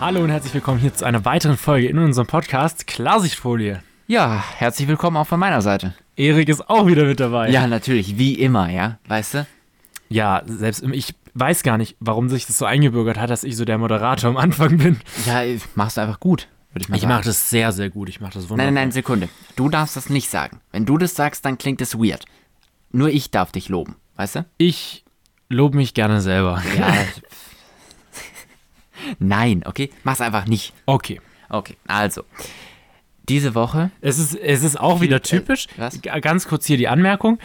Hallo und herzlich willkommen hier zu einer weiteren Folge in unserem Podcast Klarsichtfolie. Ja, herzlich willkommen auch von meiner Seite. Erik ist auch wieder mit dabei. Ja, natürlich, wie immer, ja, weißt du? Ja, selbst im- ich weiß gar nicht, warum sich das so eingebürgert hat, dass ich so der Moderator am Anfang bin. Ja, ich- machst du einfach gut, würde ich mal Ich sagen. mache das sehr, sehr gut. Ich mache das Nein, wunderbar. nein, nein, Sekunde. Du darfst das nicht sagen. Wenn du das sagst, dann klingt es weird. Nur ich darf dich loben, weißt du? Ich lobe mich gerne selber. Ja. nein, okay? Mach's einfach nicht. Okay. Okay, also. Diese Woche, Es ist, es ist auch wieder typisch. Äh, was? G- Ganz kurz hier die Anmerkung.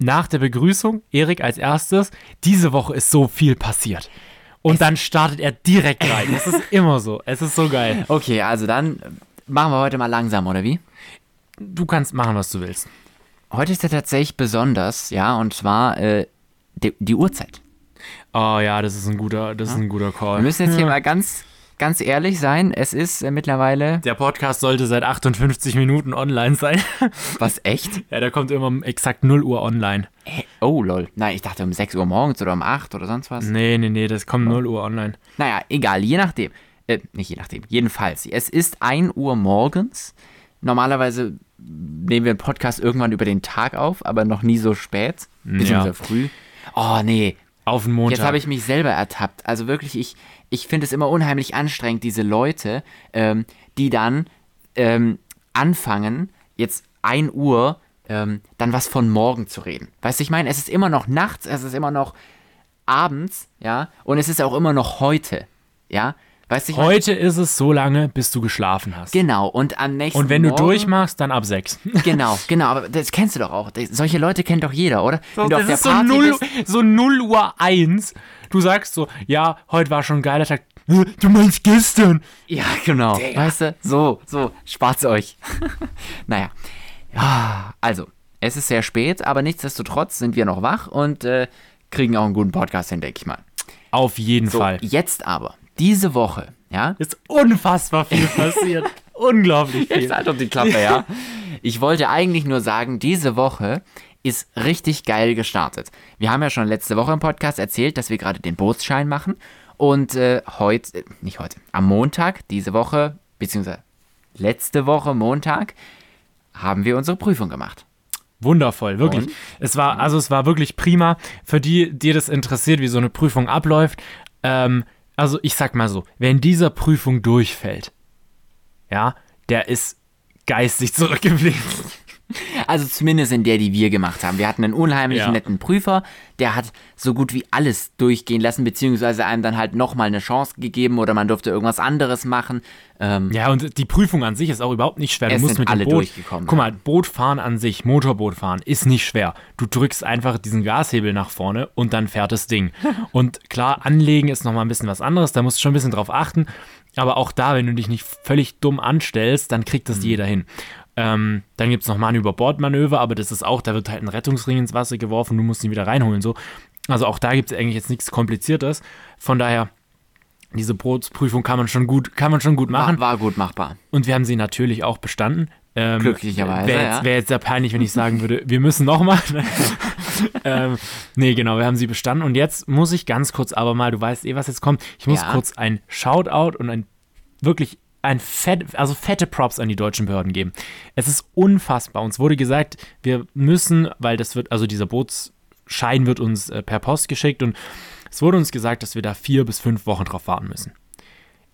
Nach der Begrüßung, Erik als erstes, diese Woche ist so viel passiert. Und dann startet er direkt rein. Es ist immer so. Es ist so geil. okay, also dann äh, machen wir heute mal langsam, oder wie? Du kannst machen, was du willst. Heute ist ja tatsächlich besonders, ja, und zwar äh, die, die Uhrzeit. Oh ja, das ist ein guter, das ist ein guter Call. Wir müssen jetzt hier mal ganz, ganz ehrlich sein. Es ist äh, mittlerweile. Der Podcast sollte seit 58 Minuten online sein. Was, echt? ja, der kommt immer um exakt 0 Uhr online. Oh, lol. Nein, ich dachte um 6 Uhr morgens oder um 8 oder sonst was. Nee, nee, nee, das kommt 0 Uhr online. Naja, egal, je nachdem. Äh, nicht je nachdem, jedenfalls. Es ist 1 Uhr morgens. Normalerweise nehmen wir einen Podcast irgendwann über den Tag auf, aber noch nie so spät. Beziehungsweise Ja. früh. Oh, nee. Auf den Montag. Jetzt habe ich mich selber ertappt. Also wirklich, ich, ich finde es immer unheimlich anstrengend, diese Leute, ähm, die dann ähm, anfangen, jetzt 1 Uhr, ähm, dann was von morgen zu reden. Weißt du, ich meine, es ist immer noch nachts, es ist immer noch abends, ja, und es ist auch immer noch heute, ja. Weißt du, ich mein, Heute ist es so lange, bis du geschlafen hast. genau, und am nächsten Und wenn du Morgen- durchmachst, dann ab 6. Genau, genau, aber das kennst du doch auch. Das- Solche Leute kennt doch jeder, oder? wenn du auf der Party bist, so 0 Uhr 1. Du sagst so, ja, heute war schon ein geiler Tag. Du meinst gestern. Ja, genau. Weißt du, so, so, spart's euch. naja. Ja, also, es ist sehr spät, aber nichtsdestotrotz sind wir noch wach und äh, kriegen auch einen guten Podcast hin, denke ich mal. Auf jeden So, Fall. jetzt aber, diese Woche, ja? Ist unfassbar viel passiert. Unglaublich viel. halt doch die Klappe, ja? Ich wollte eigentlich nur sagen, diese Woche ist richtig geil gestartet. Wir haben ja schon letzte Woche im Podcast erzählt, dass wir gerade den Bootsschein machen. Und äh, heute, äh, nicht heute, am Montag, diese Woche, beziehungsweise letzte Woche, Montag, haben wir unsere Prüfung gemacht. Wundervoll, wirklich. Und? Es war, also es war wirklich prima. Für die, die das interessiert, wie so eine Prüfung abläuft, ähm, also ich sag mal so, wer in dieser Prüfung durchfällt, ja, der ist geistig zurückgeblieben. Also zumindest in der, die wir gemacht haben. Wir hatten einen unheimlich Ja. netten Prüfer, der hat so gut wie alles durchgehen lassen, beziehungsweise einem dann halt nochmal eine Chance gegeben oder man durfte irgendwas anderes machen. Ähm, Ja, und die Prüfung an sich ist auch überhaupt nicht schwer. Du Es musst sind mit alle dem Boot, durchgekommen, Guck ja. mal, Boot fahren an sich, Motorboot fahren, ist nicht schwer. Du drückst einfach diesen Gashebel nach vorne und dann fährt das Ding. und klar, anlegen ist nochmal ein bisschen was anderes, da musst du schon ein bisschen drauf achten. Aber auch da, wenn du dich nicht völlig dumm anstellst, dann kriegt das Mhm. jeder hin. Ähm, dann gibt es nochmal ein Überbordmanöver, aber das ist auch, da wird halt ein Rettungsring ins Wasser geworfen, du musst ihn wieder reinholen. so. Also auch da gibt es eigentlich jetzt nichts Kompliziertes. Von daher, diese Bootsprüfung kann man schon gut, kann man schon gut machen. war, war gut machbar. Und wir haben sie natürlich auch bestanden. Ähm, Glücklicherweise, Wäre jetzt, ja. wär jetzt sehr peinlich, wenn ich sagen würde, wir müssen nochmal. ähm, nee, genau, wir haben sie bestanden. Und jetzt muss ich ganz kurz aber mal, du weißt eh, was jetzt kommt, ich muss Ja. kurz ein Shoutout und ein wirklich ein fett, also fette Props an die deutschen Behörden geben. Es ist unfassbar. Uns wurde gesagt, wir müssen, weil das wird, also dieser Bootsschein wird uns äh, per Post geschickt und es wurde uns gesagt, dass wir da vier bis fünf Wochen drauf warten müssen.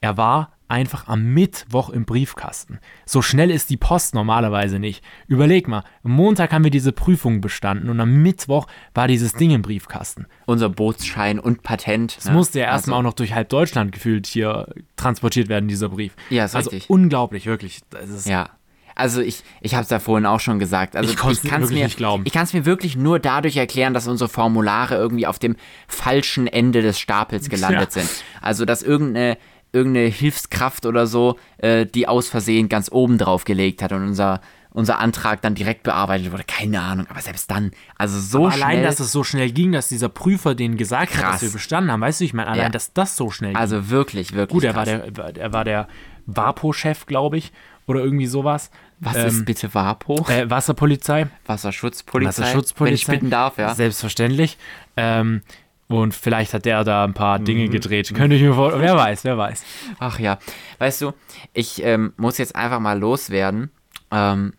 Er war einfach am Mittwoch im Briefkasten. So schnell ist die Post normalerweise nicht. Überleg mal, am Montag haben wir diese Prüfung bestanden und am Mittwoch war dieses Ding im Briefkasten. unser Bootsschein und Patent. ne? Es musste ja also erstmal auch noch durch halb Deutschland gefühlt hier transportiert werden, dieser Brief. Ja, ist also richtig. unglaublich, wirklich. Das ist Ja. Also ich, ich habe es da vorhin auch schon gesagt. Also Ich konnte es kann's wirklich mir, nicht glauben. Ich kann es mir wirklich nur dadurch erklären, dass unsere Formulare irgendwie auf dem falschen Ende des Stapels gelandet Ja. sind. Also dass irgendeine, irgendeine Hilfskraft oder so äh, die aus Versehen ganz oben drauf gelegt hat und unser, unser Antrag dann direkt bearbeitet wurde. Keine Ahnung, aber selbst dann. Also so schnell. Allein, dass es so schnell ging, dass dieser Prüfer denen gesagt hat, dass Krass. wir bestanden haben. Weißt du, ich meine, allein, Ja. dass das so schnell ging. also wirklich, wirklich. Gut, er war krass. der, war- er war der WAPO-Chef, glaube ich, oder irgendwie sowas. Was ähm, ist bitte WAPO? Äh, Wasserpolizei. Wasserschutzpolizei. Wasserschutzpolizei. Wenn ich bitten darf, ja. Selbstverständlich. Ähm, Und vielleicht hat der da ein paar Dinge gedreht. Könnte ich mir vorstellen. Wer weiß, wer weiß. Ach ja, weißt du, ich ähm, muss jetzt einfach mal loswerden. Ähm,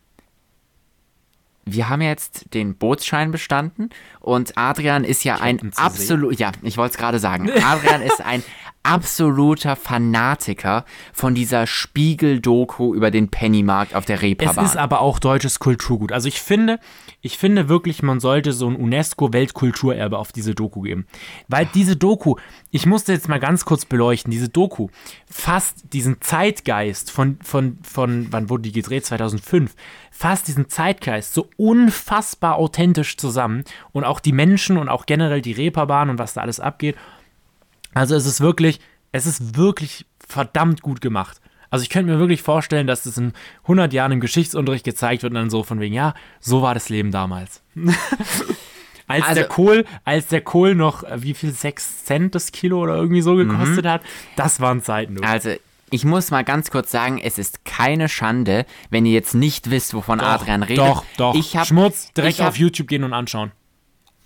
wir haben jetzt den Bootsschein bestanden und Adrian ist ja ein ihn zu absolut, ja, ich wollte es gerade sagen. Adrian ist ein absoluter Fanatiker von dieser Spiegel-Doku über den Pennymarkt auf der Es ist Reeperbahn. aber auch deutsches Kulturgut. Also ich finde, ich finde wirklich, man sollte so ein UNESCO-Weltkulturerbe auf diese Doku geben. Weil diese Doku, ich musste jetzt mal ganz kurz beleuchten, diese Doku fasst diesen Zeitgeist von, von, von, wann wurde die gedreht? 2005. Fasst diesen Zeitgeist so unfassbar authentisch zusammen und auch die Menschen und auch generell die Reeperbahn und was da alles abgeht. Also es ist wirklich, es ist wirklich verdammt gut gemacht. Also ich könnte mir wirklich vorstellen, dass das in 100 Jahren im Geschichtsunterricht gezeigt wird und dann so von wegen, ja, so war das Leben damals. als, Also- der Kohl, als der Kohl noch, äh, wie viel, 6 Cent das Kilo oder irgendwie so gekostet Mhm. hat, das waren Zeiten. du. Also, ich muss mal ganz kurz sagen, es ist keine Schande, wenn ihr jetzt nicht wisst, wovon Adrian redet. Doch, doch. Ich hab, Schmutz, direkt ich hab, auf YouTube gehen und anschauen.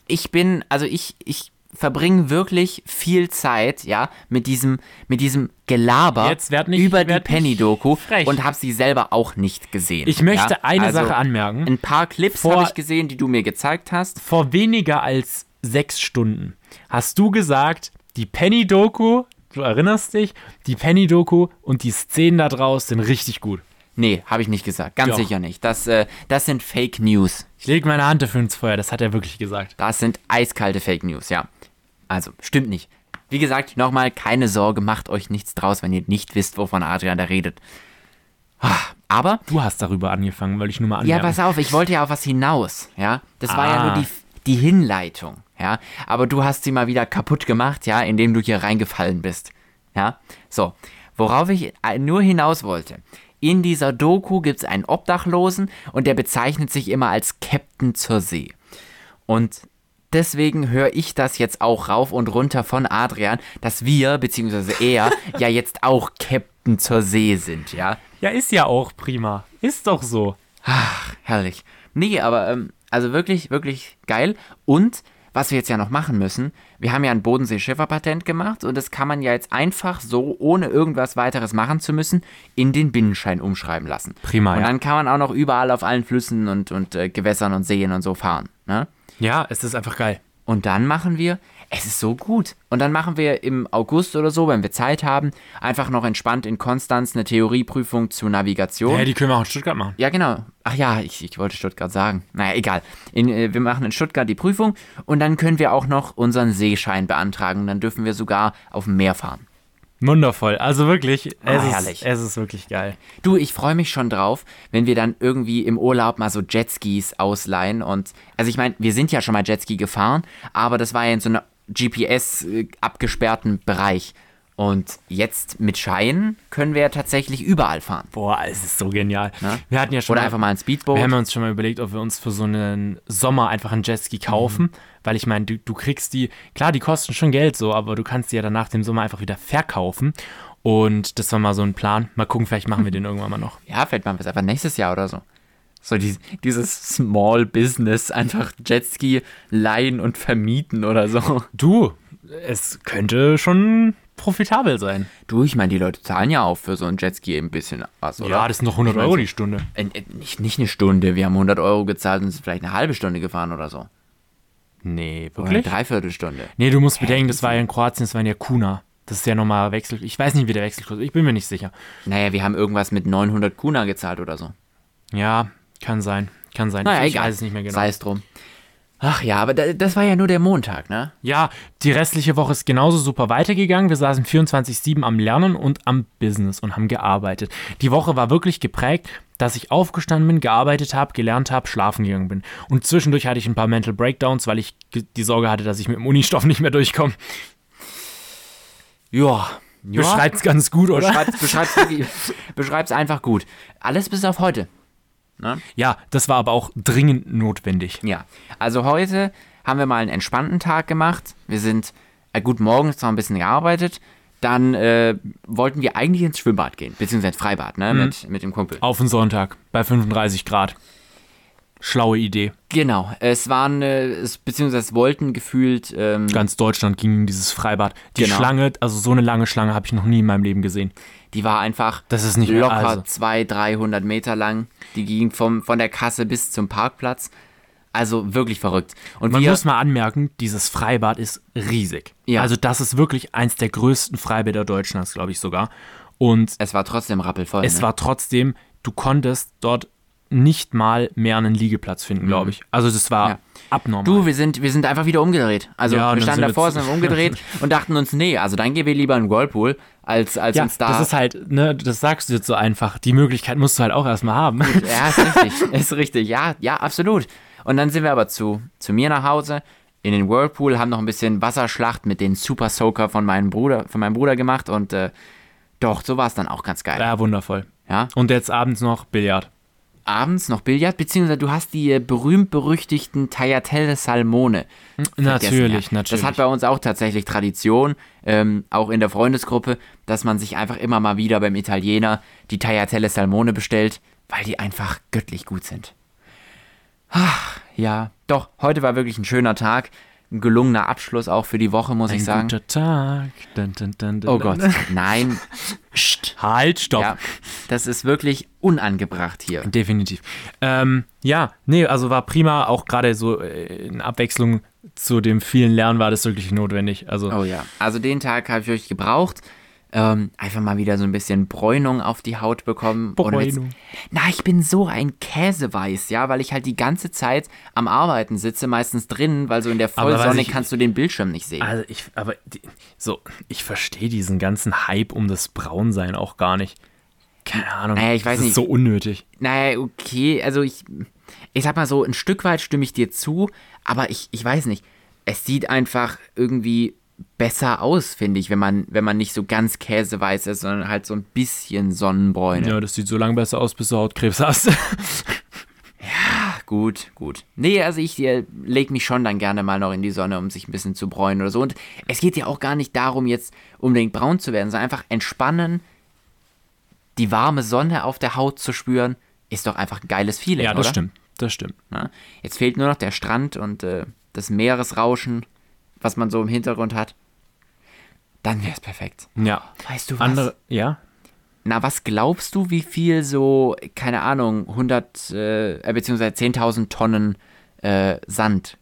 ich bin, also ich, ich verbringe wirklich viel Zeit, ja, mit diesem, mit diesem Gelaber Jetzt werd nicht- über die werd nicht Penny-Doku frech. und habe sie selber auch nicht gesehen. Ich möchte ja. eine also Sache anmerken. Ein paar Clips Vor- habe ich gesehen, die du mir gezeigt hast. vor weniger als sechs Stunden hast du gesagt, die Penny-Doku, du erinnerst dich, die Penny-Doku und die Szenen da draus sind richtig gut. Nee, habe ich nicht gesagt. Ganz Doch. sicher nicht. Das, äh, das sind Fake News. Ich lege meine Hand dafür ins Feuer, das hat er wirklich gesagt. Das sind eiskalte Fake News, ja. Also, stimmt nicht. Wie gesagt, nochmal, keine Sorge, macht euch nichts draus, wenn ihr nicht wisst, wovon Adrian da redet. Ah, Aber Du hast darüber angefangen, weil ich nur mal Ja, anmerken. pass auf, ich wollte ja auf was hinaus, ja. Das war ja Ah. nur die, die Hinleitung, ja. Aber du hast sie mal wieder kaputt gemacht, ja, indem du hier reingefallen bist, ja. So, worauf ich äh, nur hinaus wollte. In dieser Doku gibt es einen Obdachlosen und der bezeichnet sich immer als Captain zur See. Und deswegen höre ich das jetzt auch rauf und runter von Adrian, dass wir, beziehungsweise er, ja jetzt auch Captain zur See sind, ja. ja, ist ja auch prima. Ist doch so. Herrlich. Nee, aber ähm, also wirklich, wirklich geil. Und was wir jetzt ja noch machen müssen, wir haben ja ein Bodensee-Schiffer-Patent gemacht und das kann man ja jetzt einfach so, ohne irgendwas weiteres machen zu müssen, in den Binnenschein umschreiben lassen. Prima, Und ja. dann kann man auch noch überall auf allen Flüssen und, und äh, Gewässern und Seen und so fahren. Ne? Ja, es ist einfach geil. Und dann machen wir, es ist so gut. Und dann machen wir im August oder so, wenn wir Zeit haben, einfach noch entspannt in Konstanz eine Theorieprüfung zu Navigation. Ja, die können wir auch in Stuttgart machen. Ja, genau. Ach ja, ich, ich wollte Stuttgart sagen. Naja, egal. In, äh, wir machen in Stuttgart die Prüfung und dann können wir auch noch unseren Seeschein beantragen. Dann dürfen wir sogar auf dem Meer fahren. Wundervoll. Also wirklich, es, Ah, ist, herrlich. es ist wirklich geil. Du, ich freue mich schon drauf, wenn wir dann irgendwie im Urlaub mal so Jetskis ausleihen. Und also ich meine, wir sind ja schon mal Jetski gefahren, aber das war ja in so einem GPS äh, abgesperrten Bereich. Und jetzt mit Schein können wir ja tatsächlich überall fahren. Boah, es ist so genial. Wir hatten ja schon Oder mal- einfach mal ein Speedboat. Wir haben uns schon mal überlegt, ob wir uns für so einen Sommer einfach einen Jetski kaufen, weil ich meine, du, du kriegst die, klar, die kosten schon Geld so, aber du kannst die ja danach dem Sommer einfach wieder verkaufen. Und das war mal so ein Plan. Mal gucken, vielleicht machen wir den irgendwann mal noch. Ja, vielleicht machen wir es einfach nächstes Jahr oder so. So die, dieses Small Business, einfach Jetski leihen und vermieten oder so. Du, es könnte schon profitabel sein. Du, ich meine, die Leute zahlen ja auch für so ein Jetski ein bisschen was, oder? Ja, das sind noch 100 Ich mein, Euro die Stunde. Äh, äh, nicht, nicht eine Stunde, wir haben 100 Euro gezahlt und sind vielleicht eine halbe Stunde gefahren oder so. Nee, Oder eine wirklich? Dreiviertelstunde. Nee, du musst bedenken, das war ja in Kroatien, das waren ja Kuna. Das ist ja nochmal Wechsel. Ich weiß nicht, wie der Wechselkurs ist. Ich bin mir nicht sicher. Naja, wir haben irgendwas mit 900 Kuna gezahlt oder so. Ja, kann sein. Kann sein. Naja, ich egal. weiß es nicht mehr genau. Sei es drum. Ach ja, aber da, das war ja nur der Montag, ne? Ja, die restliche Woche ist genauso super weitergegangen. Wir saßen 24-7 am Lernen und am Business und haben gearbeitet. Die Woche war wirklich geprägt, dass ich aufgestanden bin, gearbeitet habe, gelernt habe, schlafen gegangen bin. Und zwischendurch hatte ich ein paar Mental Breakdowns, weil ich ge- die Sorge hatte, dass ich mit dem Unistoff nicht mehr durchkomme. Ja. Beschreibt's ganz gut, oder? Beschreib's, beschreib's, wirklich- beschreib's einfach gut. Alles bis auf heute. ja, das war aber auch dringend notwendig. Ja. Also heute haben wir mal einen entspannten Tag gemacht. Wir sind äh, gut morgens zwar ein bisschen gearbeitet. Dann äh, wollten wir eigentlich ins Mhm. Schwimmbad gehen, beziehungsweise ins Freibad, ne? Mit, mit dem Kumpel. Auf den Sonntag bei 35 Grad. Schlaue Idee. Genau, es waren, äh, es, beziehungsweise es wollten gefühlt, ähm, Ganz Deutschland ging in dieses Freibad. Die Genau. Schlange, also so eine lange Schlange habe ich noch nie in meinem Leben gesehen. die war einfach Das ist nicht mehr- locker also. 200, 300 Meter lang. Die ging vom, von der Kasse bis zum Parkplatz. Also wirklich verrückt. Und Man wir, muss mal anmerken, dieses Freibad ist riesig. Ja. Also das ist wirklich eins der größten Freibäder Deutschlands, glaube ich sogar. Und es war trotzdem rappelvoll. es ne? war trotzdem, du konntest dort nicht mal mehr einen Liegeplatz finden, glaube ich. Also das war Mhm. Ja. abnormal. Du, wir sind, wir sind einfach wieder umgedreht. Also Ja, und wir dann standen sind wir davor, zu- sind umgedreht und dachten uns, nee, also dann gehen wir lieber in den Whirlpool, als, als ja, uns da. das ist halt, ne, das sagst du jetzt so einfach. Die Möglichkeit musst du halt auch erstmal haben. ja, ist richtig, ist richtig, ja, ja, absolut. Und dann sind wir aber zu, zu mir nach Hause, in den Whirlpool, haben noch ein bisschen Wasserschlacht mit den Super Soaker von meinem Bruder, von meinem Bruder gemacht und äh, doch, so war es dann auch ganz geil. Ja, wundervoll. Ja. Und jetzt abends noch Billard. Abends noch Billard, beziehungsweise du hast die äh, berühmt-berüchtigten Tagliatelle Salmone. Hm, Natürlich, ja. natürlich. Das hat bei uns auch tatsächlich Tradition, ähm, auch in der Freundesgruppe, dass man sich einfach immer mal wieder beim Italiener die Tagliatelle Salmone bestellt, weil die einfach göttlich gut sind. Ach, ja, doch, heute war wirklich ein schöner Tag. Ein gelungener Abschluss auch für die Woche, muss ich Ein sagen. guter Tag. Dun, dun, dun, dun, Oh dun. Gott, nein, Halt, stopp. ja, das ist wirklich unangebracht hier. Definitiv. Ähm, ja, nee, also war prima. Auch gerade so äh, in Abwechslung zu dem vielen Lernen war das wirklich notwendig. Also Oh ja. Also den Tag habe ich euch gebraucht. Ähm, einfach mal wieder so ein bisschen Bräunung auf die Haut bekommen. Ohne Witz. Bräunung. Na, ich bin so ein Käseweiß, ja, weil ich halt die ganze Zeit am Arbeiten sitze, meistens drinnen, weil so in der Aber was Vollsonne ich- kannst du den Bildschirm nicht sehen. Also ich, aber die, so, ich verstehe diesen ganzen Hype um das Braunsein auch gar nicht. Keine Ahnung. Naja, ich weiß das nicht. ist so unnötig. Naja, okay, also ich, ich sag mal so, ein Stück weit stimme ich dir zu, aber ich, ich weiß nicht. Es sieht einfach irgendwie besser aus, finde ich, wenn man, wenn man nicht so ganz käseweiß ist, sondern halt so ein bisschen Sonnenbräune. Ja, das sieht so lange besser aus, bis du Hautkrebs hast. Gut, gut. Nee, also ich äh, leg mich schon dann gerne mal noch in die Sonne, um sich ein bisschen zu bräunen oder so. Und es geht ja auch gar nicht darum, jetzt unbedingt braun zu werden, sondern einfach entspannen, die warme Sonne auf der Haut zu spüren, ist doch einfach ein geiles Feeling, ja, das oder? stimmt. Das stimmt. Ne? Jetzt fehlt nur noch der Strand und äh, das Meeresrauschen, was man so im Hintergrund hat. Dann wär's perfekt. Ja. Weißt du was? Andere, ja. Na, was glaubst du, wie viel so, keine Ahnung, 100 äh, äh, beziehungsweise 10.000 Tonnen äh, Sand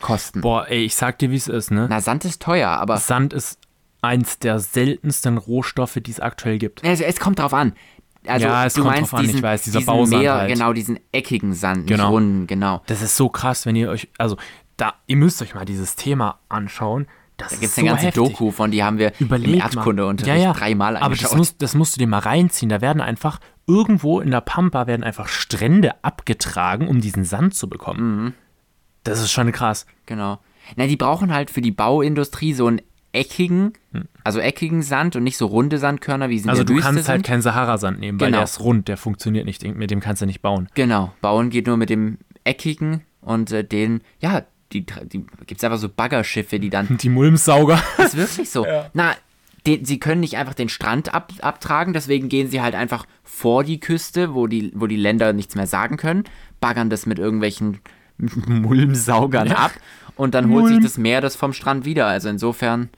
kosten? Boah, ey, ich sag dir, wie es ist, ne? Na, Sand ist teuer, aber Sand ist eins der seltensten Rohstoffe, die es aktuell gibt. also, es kommt drauf an. Also, Ja, es du kommt meinst drauf an, ich diesen, weiß, dieser diesen Bausand Meer, halt. genau, diesen eckigen Sand, Genau. nicht runden, genau. Das ist so krass, wenn ihr euch, also da, ihr müsst euch mal dieses Thema anschauen. Das Da gibt es ist eine so ganze heftig. Doku, von die haben wir Überleg im mal. Erdkundeunterricht ja, ja. dreimal Aber angeschaut. das, musst, das musst du dir mal reinziehen. Da werden einfach irgendwo in der Pampa werden einfach Strände abgetragen, um diesen Sand zu bekommen. Mhm. Das ist schon krass. Genau. Na, die brauchen halt für die Bauindustrie so einen eckigen, also eckigen Sand und nicht so runde Sandkörner, wie sie Hm. in Also der du Wüste kannst sind. halt keinen Saharasand nehmen, weil Genau. der ist rund, der funktioniert nicht, mit dem kannst du nicht bauen. Genau, bauen geht nur mit dem eckigen und äh, den, ja, die, die gibt es einfach so Baggerschiffe, die dann. Die Mulmsauger. Das ist wirklich so. Na, den, sie können nicht einfach den Strand ab, abtragen, deswegen gehen sie halt einfach vor die Küste, wo die, wo die Länder nichts mehr sagen können, baggern das mit irgendwelchen Mulmsaugern ab und dann holt sich das Meer das vom Strand wieder. Also insofern,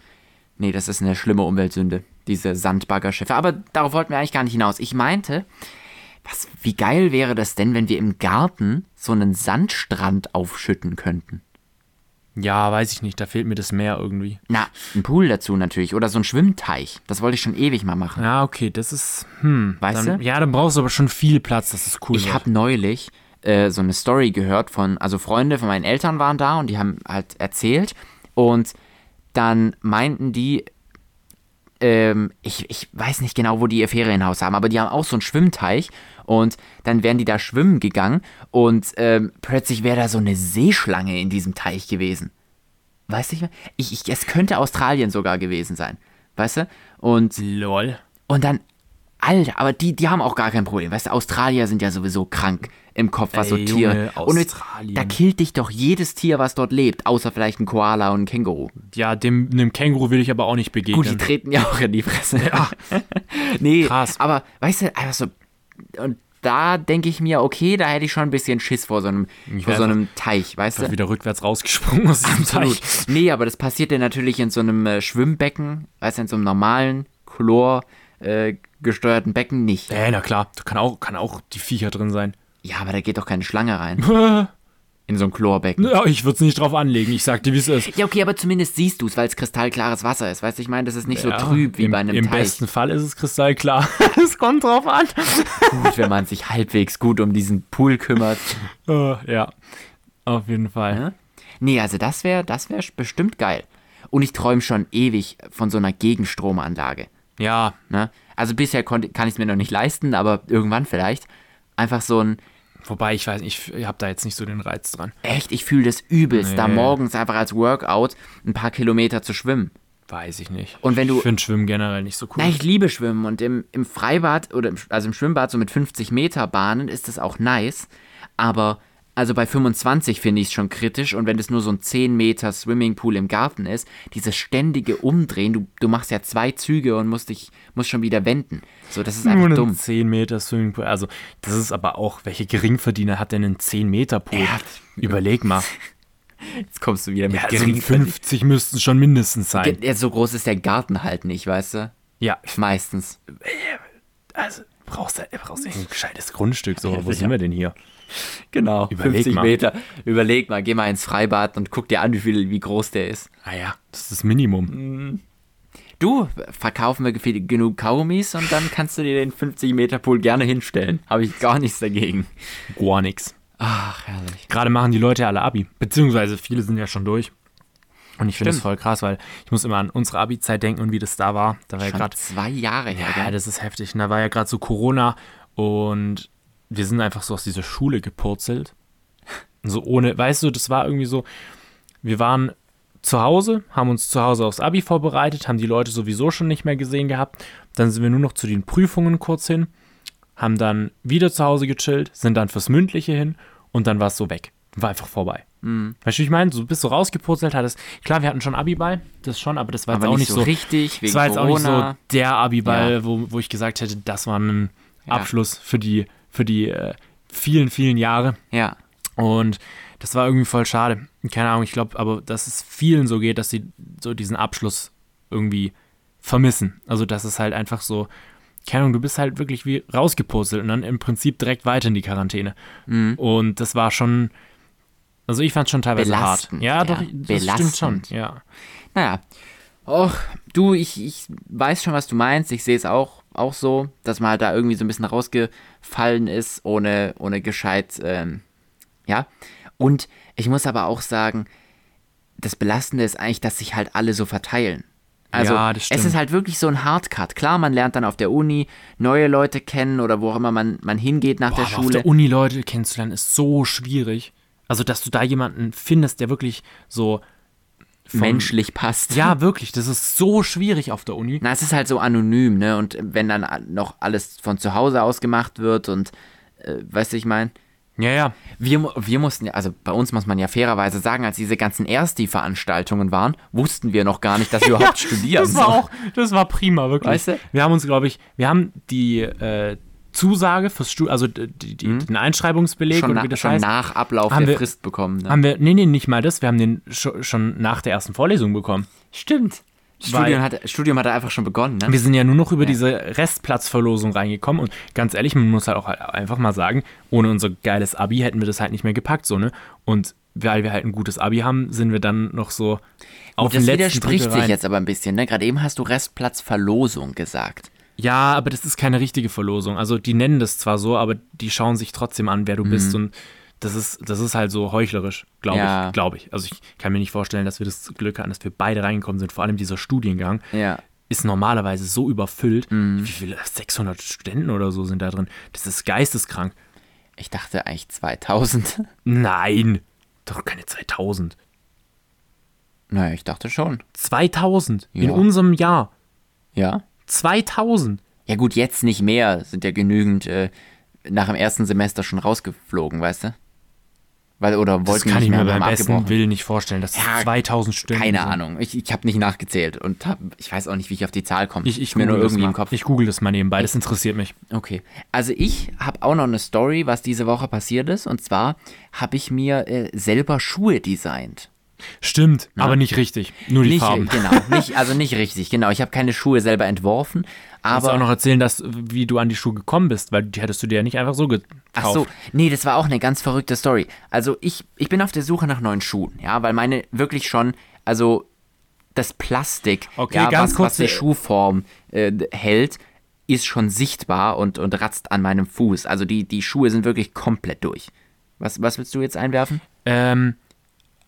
nee, das ist eine schlimme Umweltsünde, diese Sandbaggerschiffe. Aber darauf wollten wir eigentlich gar nicht hinaus. Ich meinte, was, wie geil wäre das denn, wenn wir im Garten so einen Sandstrand aufschütten könnten? Ja, weiß ich nicht, da fehlt mir das Meer irgendwie. Na, ein Pool dazu natürlich oder so ein Schwimmteich. Das wollte ich schon ewig mal machen. Ja, okay, das ist, hm. Weißt Dann, du? ja, dann brauchst du aber schon viel Platz, dass es cool Ich wird. habe neulich äh, so eine Story gehört von, also Freunde von meinen Eltern waren da und die haben halt erzählt und dann meinten die, ähm, ich, ich weiß nicht genau, wo die ihr Ferienhaus haben, aber die haben auch so einen Schwimmteich und dann wären die da schwimmen gegangen und ähm, plötzlich wäre da so eine Seeschlange in diesem Teich gewesen. Weißt du, ich, mein- ich, ich, es könnte Australien sogar gewesen sein. Weißt du? Und Lol. Und dann, Alter, aber die, die haben auch gar kein Problem. Weißt du, Australier sind ja sowieso krank im Kopf, was so Ey, Tiere. Junge, Und jetzt, Australien. da killt dich doch jedes Tier, was dort lebt, außer vielleicht ein Koala und ein Känguru. Ja, dem, dem Känguru will ich aber auch nicht begegnen. Gut, die treten ja auch in die Fresse. nee, Krass. aber weißt du, einfach so. Und da denke ich mir, okay, da hätte ich schon ein bisschen Schiss vor so einem, vor wär so einem Teich, weißt du? Einfach wieder rückwärts rausgesprungen aus diesem Absolut. Teich. Nee, aber das passiert ja natürlich in so einem äh, Schwimmbecken, weißt du, in so einem normalen, chlor äh, gesteuerten Becken nicht. Äh, na klar, da kann auch, kann auch die Viecher drin sein. Ja, aber da geht doch keine Schlange rein. Ja, In so ein Chlorbecken. ich würde es nicht drauf anlegen. Ich sag dir, wie es ist. Ja, okay, aber zumindest siehst du es, weil es kristallklares Wasser ist. Weißt du, ich meine, das ist nicht ja, so trüb wie im, bei einem Im Teich. besten Fall ist es kristallklar. es kommt drauf an. Gut, wenn man sich halbwegs gut um diesen Pool kümmert. Äh, ja, auf jeden Fall. Ne? Nee, also das wäre das wär bestimmt geil. Und ich träume schon ewig von so einer Gegenstromanlage. Ja, Ne? Also bisher konnte, kann ich es mir noch nicht leisten, aber irgendwann vielleicht. Einfach so ein, wobei ich weiß nicht, ich habe da jetzt nicht so den Reiz dran. echt, ich fühle das übelst, da Nee. morgens einfach als Workout ein paar Kilometer zu schwimmen. Weiß ich nicht. Und wenn du- Ich finde Schwimmen generell nicht so cool. Na, ich liebe Schwimmen und im, im Freibad oder im, also im Schwimmbad so mit 50 Meter Bahnen ist das auch nice, aber also bei 25 finde ich es schon kritisch und wenn es nur so ein 10 Meter Swimmingpool im Garten ist, dieses ständige Umdrehen, du, du machst ja zwei Züge und musst dich musst schon wieder wenden. So, das ist Nur einfach einen dumm. 10 Meter Swimmingpool. Also, das ist aber auch, welche Geringverdiener hat denn einen 10 Meter Pool? Ja. Überleg mal. Jetzt kommst du wieder mit Ja, also geringen 50 müssten schon mindestens sein. Ja, so groß ist der Garten halt nicht, weißt du? ja, Meistens. also brauchst du brauchst du ein gescheites Grundstück. So, wo sicher. sind wir denn hier? Genau, Überleg 50 mal. Meter. Überleg mal, geh mal ins Freibad und guck dir an, wie, viel, wie groß der ist. Ah ja, das ist das Minimum. Du, verkaufen wir gefi- genug Kaugummis und dann kannst du dir den 50-Meter-Pool gerne hinstellen. Habe ich gar nichts dagegen. Gar nichts. Ach, herrlich. Gerade machen die Leute alle Abi. Beziehungsweise viele sind ja schon durch. Und ich finde das voll krass, weil ich muss immer an unsere Abi-Zeit denken und wie das da war. Da war ja Schon gerade zwei Jahre her, Ja, gell? das ist heftig. Und da war ja gerade so Corona und wir sind einfach so aus dieser Schule gepurzelt. So ohne, weißt du, das war irgendwie so, wir waren zu Hause, haben uns zu Hause aufs Abi vorbereitet, haben die Leute sowieso schon nicht mehr gesehen gehabt. Dann sind wir nur noch zu den Prüfungen kurz hin, haben dann wieder zu Hause gechillt, sind dann fürs Mündliche hin und dann war es so weg. War einfach vorbei. Weißt du, wie ich meine? So bist du rausgepurzelt, hattest. Klar, wir hatten schon Abiball, das schon, aber das war Aber jetzt auch nicht so richtig, wegen das war jetzt auch nicht Corona. so der Abiball, wo, wo ich gesagt hätte, das war ein Ja. Abschluss für die, für die äh, vielen, vielen Jahre. Ja, Und das war irgendwie voll schade. Keine Ahnung, ich glaube aber, dass es vielen so geht, dass sie so diesen Abschluss irgendwie vermissen. Also, dass es halt einfach so, keine Ahnung, du bist halt wirklich wie rausgepuzzelt und dann im Prinzip direkt weiter in die Quarantäne. Mhm. Und das war schon, also ich fand es schon teilweise hart. Belastend, Ja, ja. doch, das stimmt schon. Belastend. Ja. naja. Och, du, ich, ich weiß schon, was du meinst. Ich sehe es auch, auch so, dass man halt da irgendwie so ein bisschen rausgefallen ist, ohne, ohne gescheit, ähm, ja. Und ich muss aber auch sagen, das Belastende ist eigentlich, dass sich halt alle so verteilen. Also Ja, das es stimmt. ist halt wirklich so ein Hardcut. Klar, man lernt dann auf der Uni neue Leute kennen oder wo auch immer man, man hingeht nach der Boah, aber Auf Schule. der Uni Leute kennenzulernen ist so schwierig. Also, dass du da jemanden findest, der wirklich so. vom- menschlich passt. Ja, wirklich. Das ist so schwierig auf der Uni. Na, es ist halt so anonym, ne? Und wenn dann a- noch alles von zu Hause aus gemacht wird und äh, weißt du, ich meine, Ja, ja. wir, mu- wir mussten ja, also bei uns muss man ja fairerweise sagen, als diese ganzen Ersti-Veranstaltungen waren, wussten wir noch gar nicht, dass wir überhaupt studieren. Das war auch. Das war prima, wirklich. Weißt du? Wir haben uns, glaube ich, wir haben die äh, Zusage fürs Studium, also die, die, den Einschreibungsbeleg Hm. schon, und na, wie das schon heißt. nach Ablauf haben der wir- Frist bekommen. Ne? Haben wir, nee, nee, nicht mal das. Wir haben den scho- schon nach der ersten Vorlesung bekommen. Stimmt. Weil- Studium hat, Studium hat einfach schon begonnen, ne? Wir sind ja nur noch über diese Restplatzverlosung reingekommen und ganz ehrlich, man muss halt auch halt einfach mal sagen, ohne unser geiles Abi hätten wir das halt nicht mehr gepackt, so, ne? Und weil wir halt ein gutes Abi haben, sind wir dann noch so auf den Das letzten widerspricht Drittel sich rein. jetzt aber ein bisschen, ne? Gerade eben hast du Restplatzverlosung gesagt. Ja, aber das ist keine richtige Verlosung. Also die nennen das zwar so, aber die schauen sich trotzdem an, wer du bist und das ist, das ist halt so heuchlerisch, glaube Mhm. Ja. ich, glaube ich. Also ich kann mir nicht vorstellen, dass wir das Glück hatten, dass wir beide reingekommen sind. Vor allem dieser Studiengang Ja. ist normalerweise so überfüllt. Mhm. Wie viele? 600 Studenten oder so sind da drin. Das ist geisteskrank. Ich dachte eigentlich 2000. Nein, doch keine 2000. Naja, ich dachte schon. 2000 in Ja. unserem Jahr. Ja. 2000. Ja gut, jetzt nicht mehr. Sind ja genügend äh, nach dem ersten Semester schon rausgeflogen, weißt du? Weil, oder Das wollten kann nicht ich mehr mir und haben beim besten abgebrochen. Willen nicht vorstellen, dass das Ja, 2000 Stunden Keine sind. Ahnung. Ich, ich habe nicht nachgezählt und hab, ich weiß auch nicht, wie ich auf die Zahl komme. Ich, ich, mir nur google das irgendwie mal. im Kopf. ich google das mal nebenbei, das interessiert mich. Okay. Also ich habe auch noch eine Story, was diese Woche passiert ist. Und zwar habe ich mir äh, selber Schuhe designt. Stimmt, aber nicht richtig. Nur die Nicht, Farben. genau, nicht, also nicht richtig, genau. Ich habe keine Schuhe selber entworfen, Kannst du auch aber noch erzählen, dass, wie du an die Schuhe gekommen bist, weil die hättest du dir ja nicht einfach so gekauft. Ach so, nee, das war auch eine ganz verrückte Story. Also ich, ich bin auf der Suche nach neuen Schuhen, ja, weil meine wirklich schon, also das Plastik, Okay, ja, ganz was, kurz, was die äh, Schuhform äh, hält, ist schon sichtbar und, und ratzt an meinem Fuß. Also die, die Schuhe sind wirklich komplett durch. Was, was willst du jetzt einwerfen? Ähm,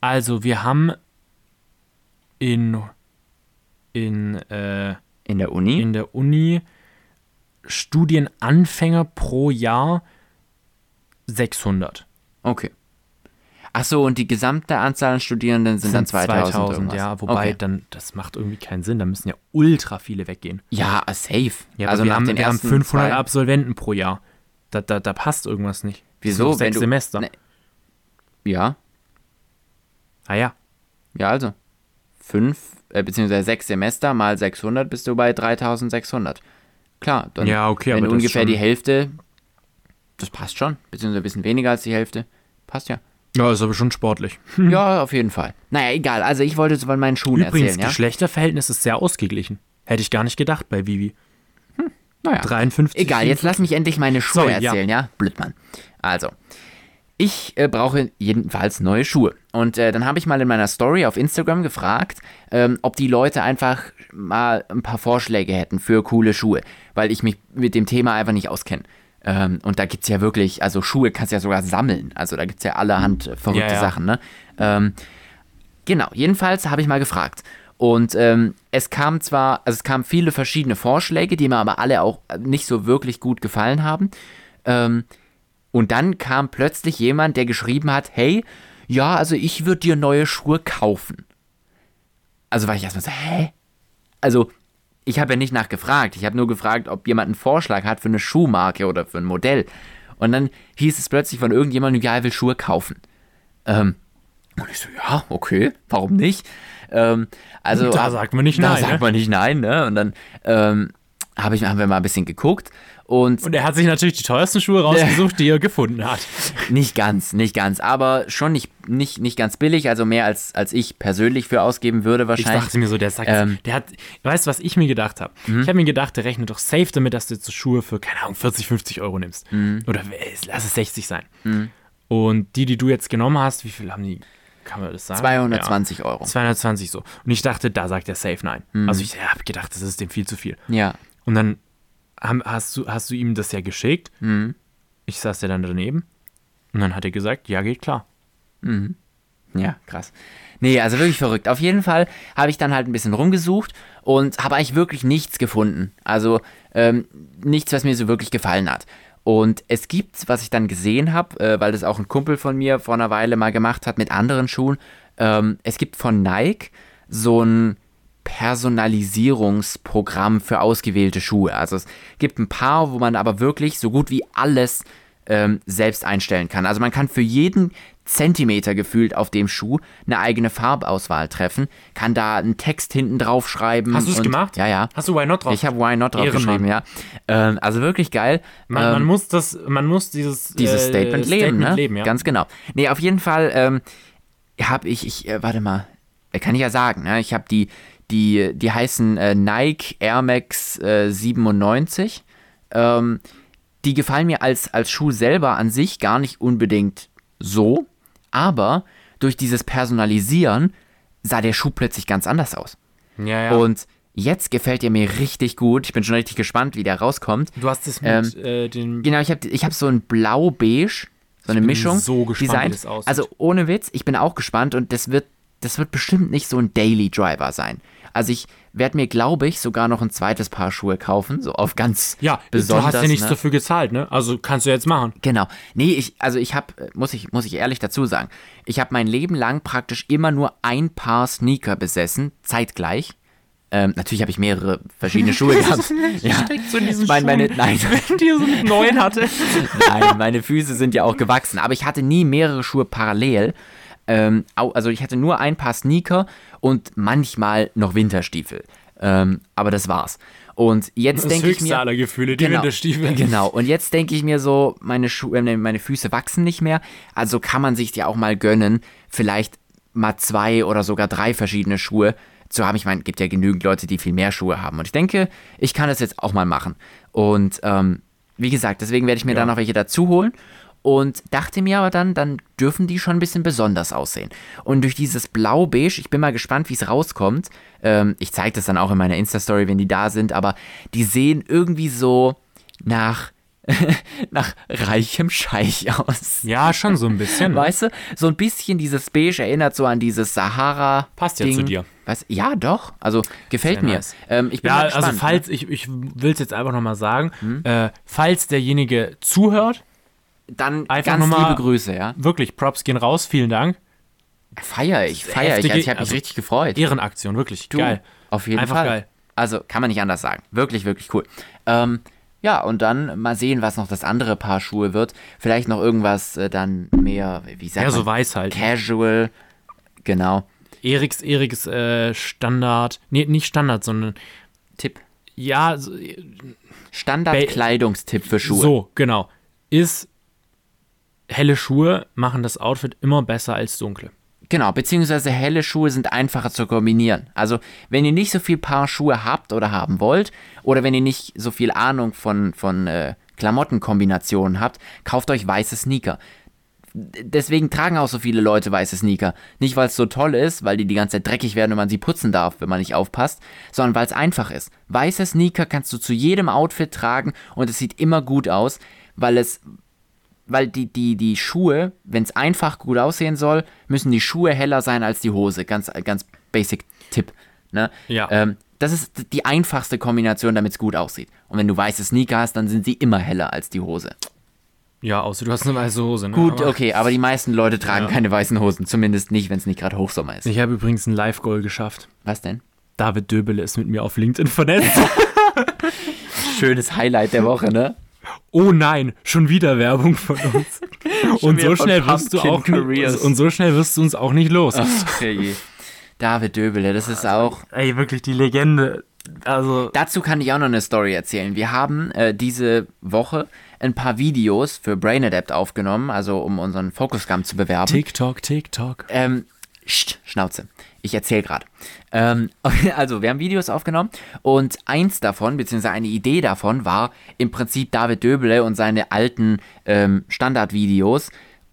also, wir haben in, in, äh, In der Uni? in der Uni Studienanfänger pro Jahr 600. okay. Ach so, und die gesamte Anzahl an Studierenden sind, dann 2000. 2000 irgendwas. ja, wobei Okay. dann, das macht irgendwie keinen Sinn, da müssen ja ultra viele weggehen. Ja, safe. Ja, also wir, nach haben, den wir haben ersten 500 zwei- Absolventen pro Jahr. Da, da, da passt irgendwas nicht. Das sind Wieso? doch Sechs Wenn du- Semester. Ne. Ja, Ah ja, ja, also. Fünf, äh, beziehungsweise sechs Semester mal 600 bist du bei 3600. Klar, dann, Ja, okay, wenn aber das ungefähr schon- die Hälfte, das passt schon, beziehungsweise ein bisschen weniger als die Hälfte, passt ja. ja, ist aber schon sportlich. Ja, auf jeden Fall. Naja, egal, also ich wollte jetzt von meinen Schuhen Übrigens, erzählen, ja? Geschlechterverhältnis ist sehr ausgeglichen. Hätte ich gar nicht gedacht bei Vivi. Naja. 53. Egal, jetzt lass mich endlich meine Schuhe Sorry, ja. erzählen, ja? Blödmann. Also, ich äh, brauche jedenfalls neue Schuhe. Und äh, dann habe ich mal in meiner Story auf Instagram gefragt, ähm, ob die Leute einfach mal ein paar Vorschläge hätten für coole Schuhe, weil ich mich mit dem Thema einfach nicht auskenne. Ähm, und da gibt es ja wirklich, also Schuhe kannst du ja sogar sammeln. Also da gibt es ja allerhand äh, verrückte Ja, ja. Sachen, ne? Ähm, Genau, jedenfalls habe ich mal gefragt. Und ähm, es kam zwar, also es kamen viele verschiedene Vorschläge, die mir aber alle auch äh, nicht so wirklich gut gefallen haben. Ähm, und dann kam plötzlich jemand, der geschrieben hat, hey, ja, also ich würde dir neue Schuhe kaufen. Also war ich erstmal so, hä? Also ich habe ja nicht nachgefragt. Ich habe nur gefragt, ob jemand einen Vorschlag hat für eine Schuhmarke oder für ein Modell. Und dann hieß es plötzlich von irgendjemandem, ja, er will Schuhe kaufen. Ähm, Und ich so, ja, okay, warum nicht? Ähm, also, Da sagt man nicht da nein, sagt ne? man nicht nein, ne? Und dann ähm, hab ich, haben wir mal ein bisschen geguckt und Und er hat sich natürlich die teuersten Schuhe rausgesucht, die er gefunden hat. nicht ganz, nicht ganz, aber schon nicht, nicht, nicht ganz billig, also mehr als, als ich persönlich für ausgeben würde Ich wahrscheinlich. dachte mir so, der sagt, Ähm. Mhm. der hat, weißt du, was ich mir gedacht habe? Ich habe mir gedacht, der rechnet doch safe damit, dass du jetzt so Schuhe für, keine Ahnung, 40, 50 Euro nimmst. Mhm. Oder äh, lass es 60 sein. Und die, die du jetzt genommen hast, wie viel haben die, kann man das sagen? 220 Euro. Ja, 220 so. Und ich dachte, da sagt er safe nein. Mhm. Also ich habe gedacht, das ist dem viel zu viel. Ja. Und dann haben, hast, du, hast du ihm das ja geschickt. Mhm. Ich saß ja dann daneben. Und dann hat er gesagt, ja, geht klar. Ja, krass. Nee, also wirklich verrückt. Auf jeden Fall habe ich dann halt ein bisschen rumgesucht und habe eigentlich wirklich nichts gefunden. Also ähm, nichts, was mir so wirklich gefallen hat. Und es gibt, was ich dann gesehen habe, äh, weil das auch ein Kumpel von mir vor einer Weile mal gemacht hat mit anderen Schuhen. Ähm, es gibt von Nike so ein Personalisierungsprogramm für ausgewählte Schuhe. Also es gibt ein paar, wo man aber wirklich so gut wie alles ähm, selbst einstellen kann. Also man kann für jeden Zentimeter gefühlt auf dem Schuh eine eigene Farbauswahl treffen, kann da einen Text hinten drauf schreiben. Hast du es und- gemacht? Ja, ja. Hast du Why Not drauf? Ich habe Why Not drauf Ehrenmann. geschrieben, ja. Ähm, also wirklich geil. man, ähm, man muss das, man muss dieses, dieses äh, Statement, leben, ne? leben, ja. Ganz genau. Nee, auf jeden Fall ähm, habe ich, ich äh, warte mal, äh, kann ich ja sagen, ne? ich habe die, die, die heißen äh, Nike Air Max äh, 97. Ähm, die gefallen mir als, als Schuh selber an sich gar nicht unbedingt so, aber durch dieses Personalisieren sah der Schuh plötzlich ganz anders aus. ja, ja. Und jetzt gefällt er mir richtig gut. Ich bin schon richtig gespannt, wie der rauskommt. du hast es mit äh, den Genau, ich habe ich hab so ein blau-beige, so eine bin Mischung. so gespannt, wie designt. das aussieht. Also ohne Witz, ich bin auch gespannt und das wird, das wird bestimmt nicht so ein Daily Driver sein. Also ich werde mir, glaube ich, sogar noch ein zweites Paar Schuhe kaufen, so auf ganz Ja, besonders. du hast ja nichts ne? dafür gezahlt, ne? Also kannst du jetzt machen. Genau. Nee, ich, also ich habe, muss ich, muss ich ehrlich dazu sagen, ich habe mein Leben lang praktisch immer nur ein Paar Sneaker besessen, zeitgleich. Ähm, natürlich habe ich mehrere verschiedene Schuhe gehabt. ja. So in diesen Meine- meine- Schuhen, nein. die er so mit neun hatte. Nein, meine Füße sind ja auch gewachsen, aber ich hatte nie mehrere Schuhe parallel. Ähm, au- also ich hatte nur ein paar Sneaker und manchmal noch Winterstiefel. Ähm, aber das war's. Und jetzt Das denke ich höchste mir, aller Gefühle, die Winterstiefel. Genau. Und jetzt denke ich mir so, meine, Schu äh, nee, meine Füße wachsen nicht mehr. Also kann man sich ja auch mal gönnen, vielleicht mal zwei oder sogar drei verschiedene Schuhe zu haben. Ich meine, gibt ja genügend Leute, die viel mehr Schuhe haben. Und ich denke, ich kann das jetzt auch mal machen. Und ähm, wie gesagt, deswegen werde ich mir dann noch welche dazu holen. Und dachte mir aber dann, dann dürfen die schon ein bisschen besonders aussehen. Und durch dieses Blau-Beige, ich bin mal gespannt, wie es rauskommt. Ähm, ich zeige das dann auch in meiner Insta-Story, wenn die da sind, aber die sehen irgendwie so, nach, nach reichem Scheich aus. Ja, schon so ein bisschen. ne? Weißt du, so ein bisschen dieses Beige erinnert so an dieses Sahara. Passt ja Ding. zu dir. Was? Ja, doch. Also gefällt Sehr mir. nice. Ähm, ich bin Ja, mal gespannt, also falls, ich, ich will es jetzt einfach nochmal sagen, Mhm. äh, falls derjenige zuhört, ne? dann einfach ganz noch mal- liebe Grüße, ja. wirklich, Props gehen raus, vielen Dank. Feier ich, feier heftige- ich. Also ich habe mich also- richtig gefreut. Ehrenaktion, wirklich, Du, geil. Auf jeden Einfach Fall. geil. Also kann man nicht anders sagen. Wirklich, wirklich cool. Ähm, ja, und dann mal sehen, was noch das andere Paar Schuhe wird. Vielleicht noch irgendwas äh, dann mehr, wie sagt Ja, man, so weiß halt. casual. Genau. Eriks, Eriks äh, Standard, nee, nicht Standard, sondern, Tipp. ja, so, Standardkleidungstipp für Schuhe. so genau, ist, helle Schuhe machen das Outfit immer besser als dunkle. Genau, beziehungsweise helle Schuhe sind einfacher zu kombinieren. Also, wenn ihr nicht so viel Paar Schuhe habt oder haben wollt, oder wenn ihr nicht so viel Ahnung von, von äh, Klamottenkombinationen habt, kauft euch weiße Sneaker. D- Deswegen tragen auch so viele Leute weiße Sneaker. Nicht, weil es so toll ist, weil die die ganze Zeit dreckig werden und man sie putzen darf, wenn man nicht aufpasst, sondern weil es einfach ist. Weiße Sneaker kannst du zu jedem Outfit tragen und es sieht immer gut aus, weil es weil die, die, die Schuhe, wenn es einfach gut aussehen soll, müssen die Schuhe heller sein als die Hose. Ganz, ganz basic Tipp. Ne? Ja. Ähm, das ist die einfachste Kombination, damit es gut aussieht. Und wenn du weiße Sneaker hast, dann sind sie immer heller als die Hose. Ja, außer du hast eine weiße Hose. Ne? Gut, Aber- okay, aber die meisten Leute tragen keine weißen Hosen. Zumindest nicht, wenn es nicht gerade Hochsommer ist. Ich habe übrigens ein Live-Goal geschafft. Was denn? David Döbele ist mit mir auf LinkedIn vernetzt. Schönes Highlight der Woche, ne? oh nein, schon wieder Werbung von uns. und wieder so von schnell wirst du Pumpkin auch Careers. nicht, und so schnell wirst du uns auch nicht los. Okay. David Döbele, das ist auch Ey, wirklich die Legende. Also Dazu kann ich auch noch eine Story erzählen. Wir haben äh, diese Woche ein paar Videos für Brain Adapt aufgenommen, also um unseren Focusgum zu bewerben. TikTok, TikTok. Ähm, Scht, Schnauze. Ich erzähle gerade. Ähm, also, wir haben Videos aufgenommen und eins davon, beziehungsweise eine Idee davon, war im Prinzip David Döbele und seine alten ähm, Standardvideos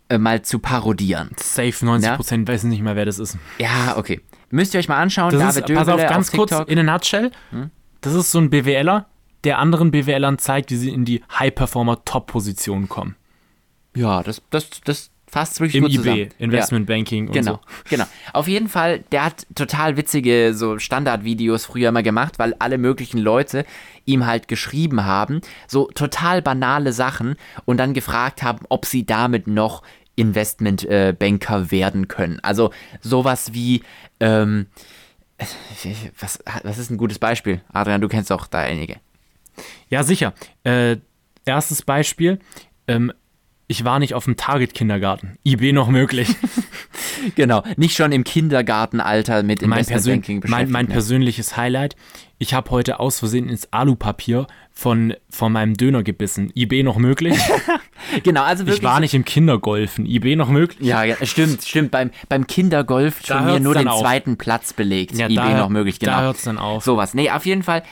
äh, mal zu parodieren. Safe 90 Prozent wissen nicht mehr, wer das ist. Ja, okay. Müsst ihr euch mal anschauen, Das David ist, pass Döbele auf, ganz auf kurz TikTok. Hm? in a nutshell. Das ist so ein BWLer, der anderen BWLern zeigt, wie sie in die High-Performer-Top-Positionen kommen. ja, das, das, das fasst wirklich Im gut zusammen. IB, Ja. Investment Banking und Genau, so. genau. Auf jeden Fall, der hat total witzige so Standardvideos früher immer gemacht, weil alle möglichen Leute ihm halt geschrieben haben, so total banale Sachen und dann gefragt haben, ob sie damit noch Investmentbanker äh, Banker werden können. Also sowas wie, ähm, was, was ist ein gutes Beispiel? Adrian, du kennst auch da einige. Ja, sicher. Äh, erstes Beispiel. Ähm, ich war nicht auf dem Target-Kindergarten. IB noch möglich. Genau, nicht schon im Kindergartenalter mit mein, persön Investmentbanking mein, beschäftigt. mein ne? persönliches Highlight. Ich habe heute aus Versehen ins Alupapier von, von meinem Döner gebissen. IB noch möglich. genau, also wirklich Ich war nicht im Kindergolfen. IB noch möglich. Ja, ja, stimmt, stimmt. Beim, beim Kindergolf schon mir hört's nur dann den auf. zweiten Platz belegt. IB da- noch möglich, genau. Da hört es dann auf. Sowas. Nee, auf jeden Fall.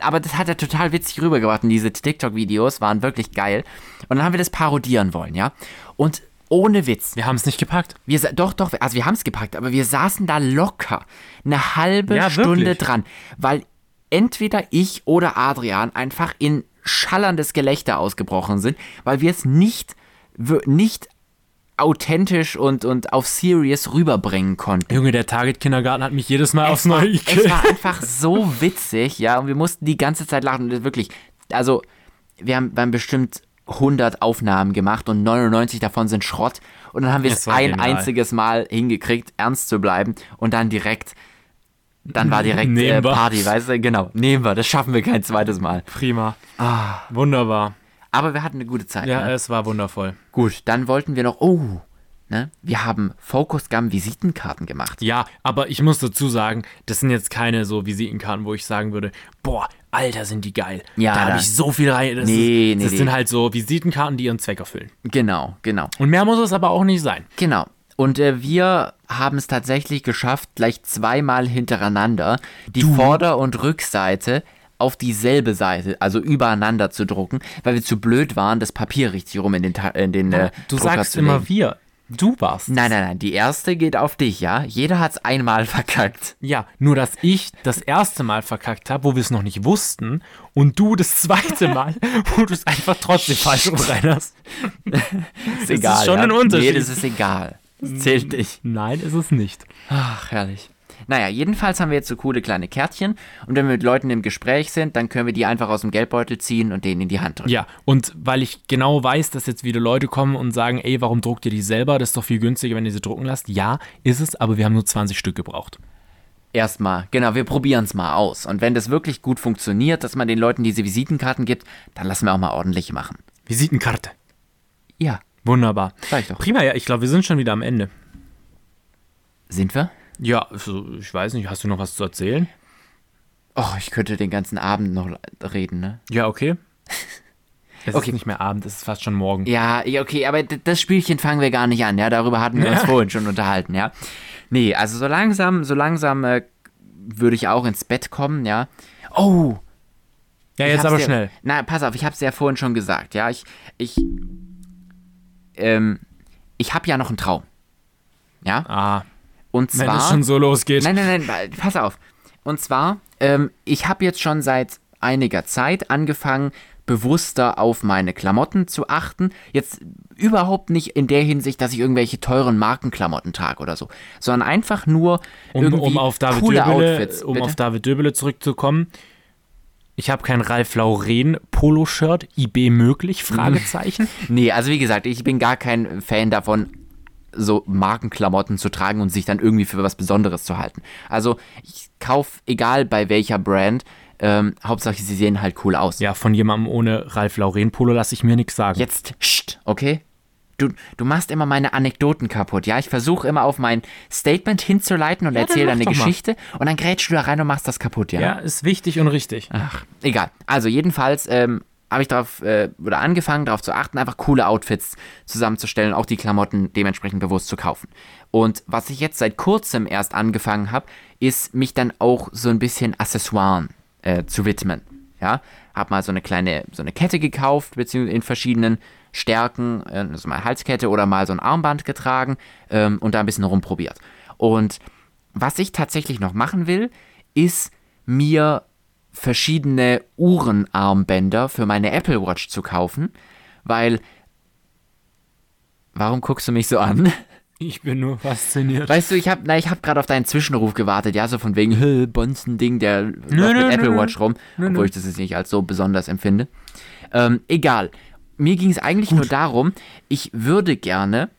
Aber das hat er total witzig rübergebracht und diese TikTok-Videos waren wirklich geil. Und dann haben wir das parodieren wollen, ja. Und ohne Witz, Wir haben es nicht gepackt. wir sa- doch, doch, also wir haben es gepackt, aber wir saßen da locker eine halbe Ja, Stunde wirklich. dran, weil entweder ich oder Adrian einfach in schallerndes Gelächter ausgebrochen sind, weil wir es nicht, wir- nicht authentisch und, und auf serious rüberbringen konnten. Junge, der Target-Kindergarten hat mich jedes Mal aufs Es war, Neue es gekillt. war einfach so witzig, ja, und wir mussten die ganze Zeit lachen. Und wirklich, also, wir haben, wir haben bestimmt 100 Aufnahmen gemacht und 99 davon sind Schrott. Und dann haben wir es war ein genial. einziges Mal hingekriegt, ernst zu bleiben und dann direkt Dann war direkt äh, Nehmen wir. Party, weißt du? Genau, nehmen wir. Das schaffen wir kein zweites Mal. Prima. Ah, Wunderbar. Aber wir hatten eine gute Zeit. Ja, äh, ne? es war wundervoll. Gut, dann wollten wir noch. Oh, ne? Wir haben Focus Gum Visitenkarten gemacht. Ja, aber ich muss dazu sagen, das sind jetzt keine so Visitenkarten, wo ich sagen würde, boah, Alter, sind die geil. Ja, da habe da- ich so viel rein. Das, Nee, ist, nee, das nee. sind halt so Visitenkarten, die ihren Zweck erfüllen. Genau, genau. Und mehr muss es aber auch nicht sein. Genau. Und äh, wir haben es tatsächlich geschafft, gleich zweimal hintereinander die Vorder- und Rückseite auf dieselbe Seite, also übereinander zu drucken, weil wir zu blöd waren, das Papier richtig rum in den, Ta in den äh, Du Drucker sagst zu immer legen. wir. Du warst. Nein, nein, nein, die erste geht auf dich, ja? Jeder hat's einmal verkackt. Ja, nur dass ich das erste Mal verkackt habe, wo wir es noch nicht wussten, und du das zweite Mal, wo du es einfach trotzdem falsch rum rein hast. Ist ist schon ja? ein Unterschied. Nee, das ist egal. Das zählt nicht. Nein, ist es nicht. Ach, herrlich. Naja, jedenfalls haben wir jetzt so coole kleine Kärtchen und wenn wir mit Leuten im Gespräch sind, dann können wir die einfach aus dem Geldbeutel ziehen und denen in die Hand drücken. Ja, und weil ich genau weiß, dass jetzt wieder Leute kommen und sagen, ey, warum druckt ihr die selber? Das ist doch viel günstiger, wenn ihr sie drucken lasst. Ja, ist es, aber wir haben nur 20 Stück gebraucht. Erstmal, genau, wir probieren es mal aus. Und wenn das wirklich gut funktioniert, dass man den Leuten diese Visitenkarten gibt, dann lassen wir auch mal ordentlich machen. Visitenkarte. Ja, Wunderbar. sag ich doch. Prima, ja, ich glaube, wir sind schon wieder am Ende. Sind wir? Ja, also, ich weiß nicht, hast du noch was zu erzählen? Oh, ich könnte den ganzen Abend noch reden, ne? Ja, okay. Es Okay. ist nicht mehr Abend, es ist fast schon morgen. Ja, ja, okay, aber d- das Spielchen fangen wir gar nicht an, ja. Darüber hatten wir uns vorhin schon unterhalten, ja. Nee, also so langsam, so langsam äh, würde ich auch ins Bett kommen, ja. Oh, Ja, Ich jetzt hab's aber dir, schnell. Na, pass auf, ich hab's ja vorhin schon gesagt, ja. Ich, ich, ähm, ich hab ja noch einen Traum. Ja, Ah, und wenn zwar. es schon so losgeht. nein, nein, nein, wa- pass auf. Und zwar, ähm, ich habe jetzt schon seit einiger Zeit angefangen, bewusster auf meine Klamotten zu achten. Jetzt überhaupt nicht in der Hinsicht, dass ich irgendwelche teuren Markenklamotten trage oder so, sondern einfach nur um, irgendwie um auf David coole Döbele, Outfits. um bitte? auf David Döbele zurückzukommen. Ich habe kein Ralf Lauren Poloshirt, IB möglich Fragezeichen. Nee, also wie gesagt, ich bin gar kein Fan davon, so Markenklamotten zu tragen und sich dann irgendwie für was Besonderes zu halten. Also ich kaufe, egal bei welcher Brand, ähm, Hauptsache sie sehen halt cool aus. ja, von jemandem ohne Ralf Lauren Polo lasse ich mir nichts sagen. Jetzt, scht, okay? Du, du machst immer meine Anekdoten kaputt, ja? Ich versuche immer auf mein Statement hinzuleiten und dann erzähle mach dann eine doch mal. Geschichte und dann grätschst du da rein und machst das kaputt, ja? ja, ist wichtig und richtig. Ach, egal. Also jedenfalls ähm, habe ich darauf äh, oder angefangen, darauf zu achten, einfach coole Outfits zusammenzustellen, auch die Klamotten dementsprechend bewusst zu kaufen. Und was ich jetzt seit kurzem erst angefangen habe, ist mich dann auch so ein bisschen Accessoiren äh, zu widmen. Ja, habe mal so eine kleine so eine Kette gekauft, beziehungsweise in verschiedenen Stärken, äh, also mal Halskette oder mal so ein Armband getragen ähm, und da ein bisschen rumprobiert. Und was ich tatsächlich noch machen will, ist mir verschiedene Uhrenarmbänder für meine Apple Watch zu kaufen, weil. Warum guckst du mich so an? Ich bin nur fasziniert. Weißt du, ich habe, na, ich habe gerade auf deinen Zwischenruf gewartet, ja, so von wegen "Hö, Bonzen Ding, der läuft mit nö, Apple nö, Watch rum, obwohl ich das jetzt nicht als so besonders empfinde. Ähm, egal. Mir ging es eigentlich nur darum, ich würde gerne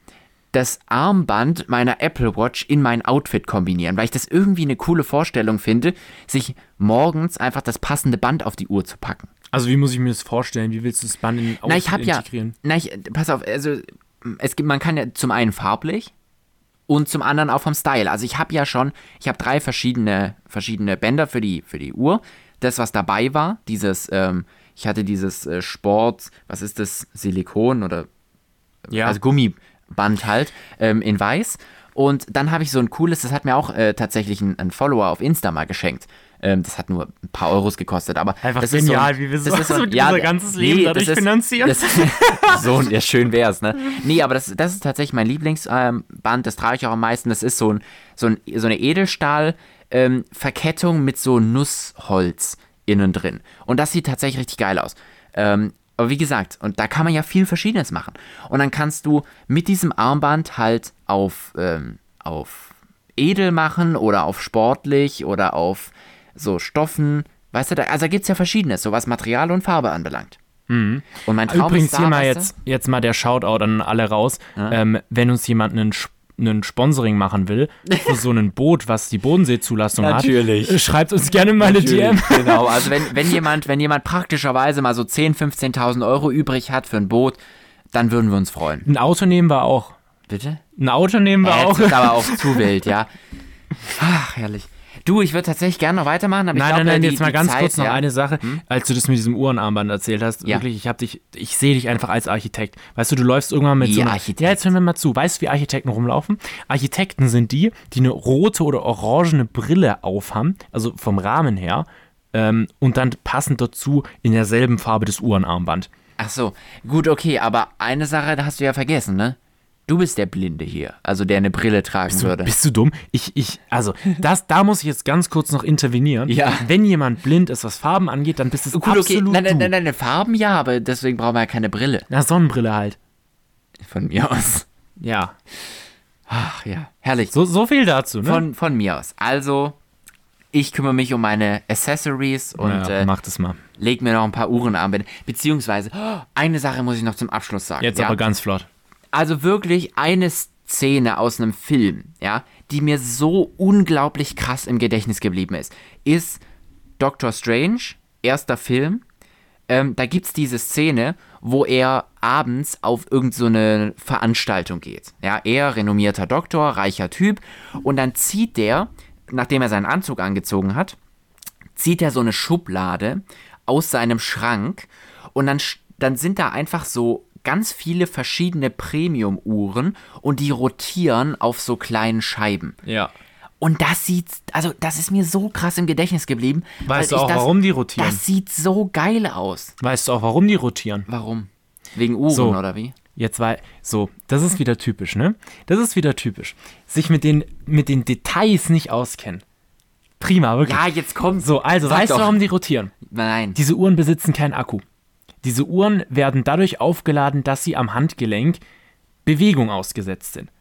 das Armband meiner Apple Watch in mein Outfit kombinieren, weil ich das irgendwie eine coole Vorstellung finde, sich morgens einfach das passende Band auf die Uhr zu packen. Also, wie muss ich mir das vorstellen? Wie willst du das Band in Na, ich Outfit habe ja. integrieren? Na, ich, pass auf, also es gibt, man kann ja zum einen farblich und zum anderen auch vom Style. Also ich habe ja schon, ich habe drei verschiedene, verschiedene Bänder für die, für die Uhr. Das, was dabei war, dieses, ähm, ich hatte dieses äh, Sport, was ist das, Silikon oder Ja. also Gummiband halt, ähm, in weiß. Und dann habe ich so ein cooles, das hat mir auch äh, tatsächlich ein, ein Follower auf Insta mal geschenkt. Ähm, das hat nur ein paar Euros gekostet, aber Einfach das genial, ist so ein, wie wir das so- ist so ein, unser ganzes Leben das dadurch finanzieren. Das, so, ja, schön wär's, ne? Nee, aber das, das ist tatsächlich mein Lieblingsband, das trage ich auch am meisten. Das ist so, ein, so, ein, so eine Edelstahl-Verkettung mit so Nussholz innen drin. Und das sieht tatsächlich richtig geil aus. Ähm, aber wie gesagt, und da kann man ja viel Verschiedenes machen. Und dann kannst du mit diesem Armband halt auf, ähm, auf edel machen oder auf sportlich oder auf so Stoffen. Weißt du, da, also da gibt es ja verschiedenes, so was Material und Farbe anbelangt. Und mein Traum Übrigens ist da, hier mal weißt du? jetzt, jetzt mal der Shoutout an alle raus. Ähm, wenn uns jemand einen Sch- ein Sponsoring machen will für so ein Boot, was die Bodenseezulassung hat, äh, Natürlich. schreibt uns gerne mal eine DM. Natürlich, Genau, also wenn, wenn, jemand, wenn jemand praktischerweise mal so 10.000, 15.000 Euro übrig hat für ein Boot, dann würden wir uns freuen. Ein Auto nehmen wir auch. Bitte? Ein Auto nehmen wir Äh, auch. Jetzt ist aber auch zu wild, ja. Ach, herrlich. Du, ich würde tatsächlich gerne noch weitermachen, aber ich Nein, glaube, nein, nein, die, jetzt mal die ganz Zeit, kurz noch ja. Hm? eine Sache, als du das mit diesem Uhrenarmband erzählt hast, Ja. wirklich, ich habe dich, ich sehe dich einfach als Architekt. Weißt du, du läufst irgendwann mit Wie so einer, Architekt? Ja, jetzt hören wir mal zu. Weißt du, wie Architekten rumlaufen? Architekten sind die, die eine rote oder orangene Brille aufhaben, also vom Rahmen her, ähm, und dann passend dazu in derselben Farbe das Uhrenarmband. Ach so, gut, okay, aber eine Sache da hast du ja vergessen, ne? Du bist der Blinde hier, also der eine Brille tragen würde. Bist du dumm? Ich, ich, also, das, da muss ich jetzt ganz kurz noch intervenieren. Ja. Wenn jemand blind ist, was Farben angeht, dann bist es Gut, okay, absolut nein, nein, du. nein, nein, nein, Farben ja, aber deswegen brauchen wir ja keine Brille. Na, Sonnenbrille halt. Von mir aus. Ja. Ach ja, herrlich. So, so viel dazu, ne? Von, von mir aus. Also, ich kümmere mich um meine Accessories und ja, äh, mach das mal. leg mir noch ein paar Uhrenarmbänder. Beziehungsweise, oh, eine Sache muss ich noch zum Abschluss sagen. Jetzt ja? aber ganz flott. also wirklich eine Szene aus einem Film, ja, die mir so unglaublich krass im Gedächtnis geblieben ist, ist Doctor Strange, erster Film. Ähm, da gibt es diese Szene, wo er abends auf irgendeine so eine Veranstaltung geht. Ja, er, renommierter Doktor, reicher Typ. Und dann zieht der, nachdem er seinen Anzug angezogen hat, zieht er so eine Schublade aus seinem Schrank und dann, sch- dann sind da einfach so ganz viele verschiedene Premium-Uhren und die rotieren auf so kleinen Scheiben. Ja. Und das sieht, also das ist mir so krass im Gedächtnis geblieben. weil Weißt du ich auch, das, warum die rotieren? Das sieht so geil aus. Weißt du auch, warum die rotieren? Warum? Wegen Uhren So. oder wie? Jetzt war so, das ist wieder typisch, ne? Das ist wieder typisch. Sich mit den, mit den Details nicht auskennen. Prima, wirklich. Ja, jetzt kommt So, also, Sag weißt doch. du, warum die rotieren? Nein. Diese Uhren besitzen keinen Akku. Diese Uhren werden dadurch aufgeladen, dass sie am Handgelenk Bewegung ausgesetzt sind.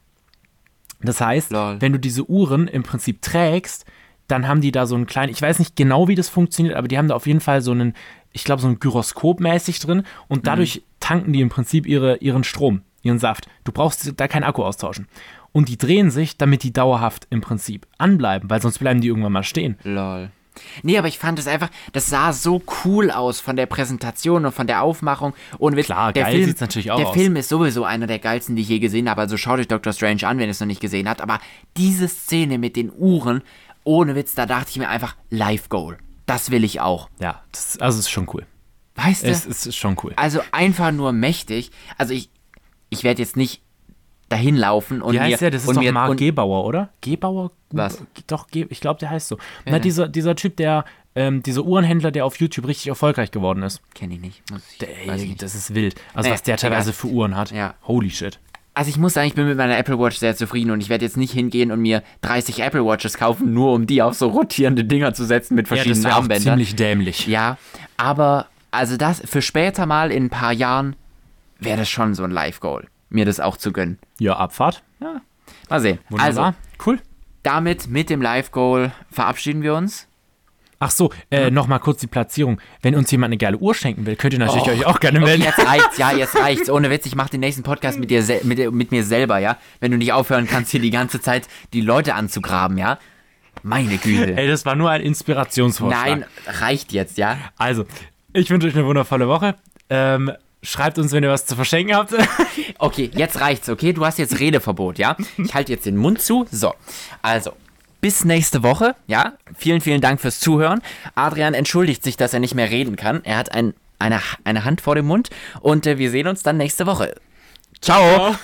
Das heißt, Lol. wenn du diese Uhren im Prinzip trägst, dann haben die da so einen kleinen, ich weiß nicht genau, wie das funktioniert, aber die haben da auf jeden Fall so einen, ich glaube, so ein Gyroskop mäßig drin und dadurch tanken die im Prinzip ihre, ihren Strom, ihren Saft. Du brauchst da keinen Akku austauschen. Und die drehen sich, damit die dauerhaft im Prinzip anbleiben, weil sonst bleiben die irgendwann mal stehen. Lol. Nee, aber ich fand es einfach, das sah so cool aus von der Präsentation und von der Aufmachung. Und Witz, Klar, der geil Film, sieht's natürlich auch Der aus. Film ist sowieso einer der geilsten, die ich je gesehen habe. Also schaut euch Doctor Strange an, wenn ihr es noch nicht gesehen habt. Aber diese Szene mit den Uhren, ohne Witz, da dachte ich mir einfach, Life Goal. Das will ich auch. Ja, das, also es ist schon cool. Weißt du? Es, es ist schon cool. also einfach nur mächtig. Also ich, ich werde jetzt nicht dahin laufen und Wie heißt mir, der? Das ist und doch mir, Mark und, Gebauer, oder? Gebauer? Was? Doch, Ge ich glaube, der heißt so. Na, dieser, dieser Typ, der, ähm, dieser Uhrenhändler, der auf YouTube richtig erfolgreich geworden ist. Kenn ich nicht. Muss Äh, ich, Der, weiß ich ey, nicht. das ist wild. Also, Nee, was der teilweise egal. für Uhren hat. Ja. Holy shit. Also ich muss sagen, ich bin mit meiner Apple Watch sehr zufrieden und ich werde jetzt nicht hingehen und mir 30 Apple Watches kaufen, nur um die auf so rotierende Dinger zu setzen mit Ja, das verschiedenen wäre auch Armbändern. ziemlich dämlich. Ja, aber also das für später mal in ein paar Jahren wäre das schon so ein Life Goal, mir das auch zu gönnen. Ja, Abfahrt. Mal sehen. Wunderbar. Also, cool. damit mit dem Life Goal verabschieden wir uns. Ach so, äh, nochmal kurz die Platzierung. Wenn uns jemand eine geile Uhr schenken will, könnt ihr natürlich Och. euch auch gerne melden. Jetzt reicht's, ja, jetzt reicht's. Ohne Witz, ich mache den nächsten Podcast mit dir sel- mit, dir- mit mir selber, ja, wenn du nicht aufhören kannst, hier die ganze Zeit die Leute anzugraben, ja? Meine Güte. Ey, das war nur ein Inspirationsvorschlag. Nein, reicht jetzt, ja? Also, ich wünsche euch eine wundervolle Woche. Ähm, schreibt uns, wenn ihr was zu verschenken habt. Okay, jetzt reicht's, okay? Du hast jetzt Redeverbot, ja? Ich halte jetzt den Mund zu. So, also. Bis nächste Woche, ja? Vielen, vielen Dank fürs Zuhören. Adrian entschuldigt sich, dass er nicht mehr reden kann. Er hat ein, eine, eine Hand vor dem Mund und äh, wir sehen uns dann nächste Woche. Ciao.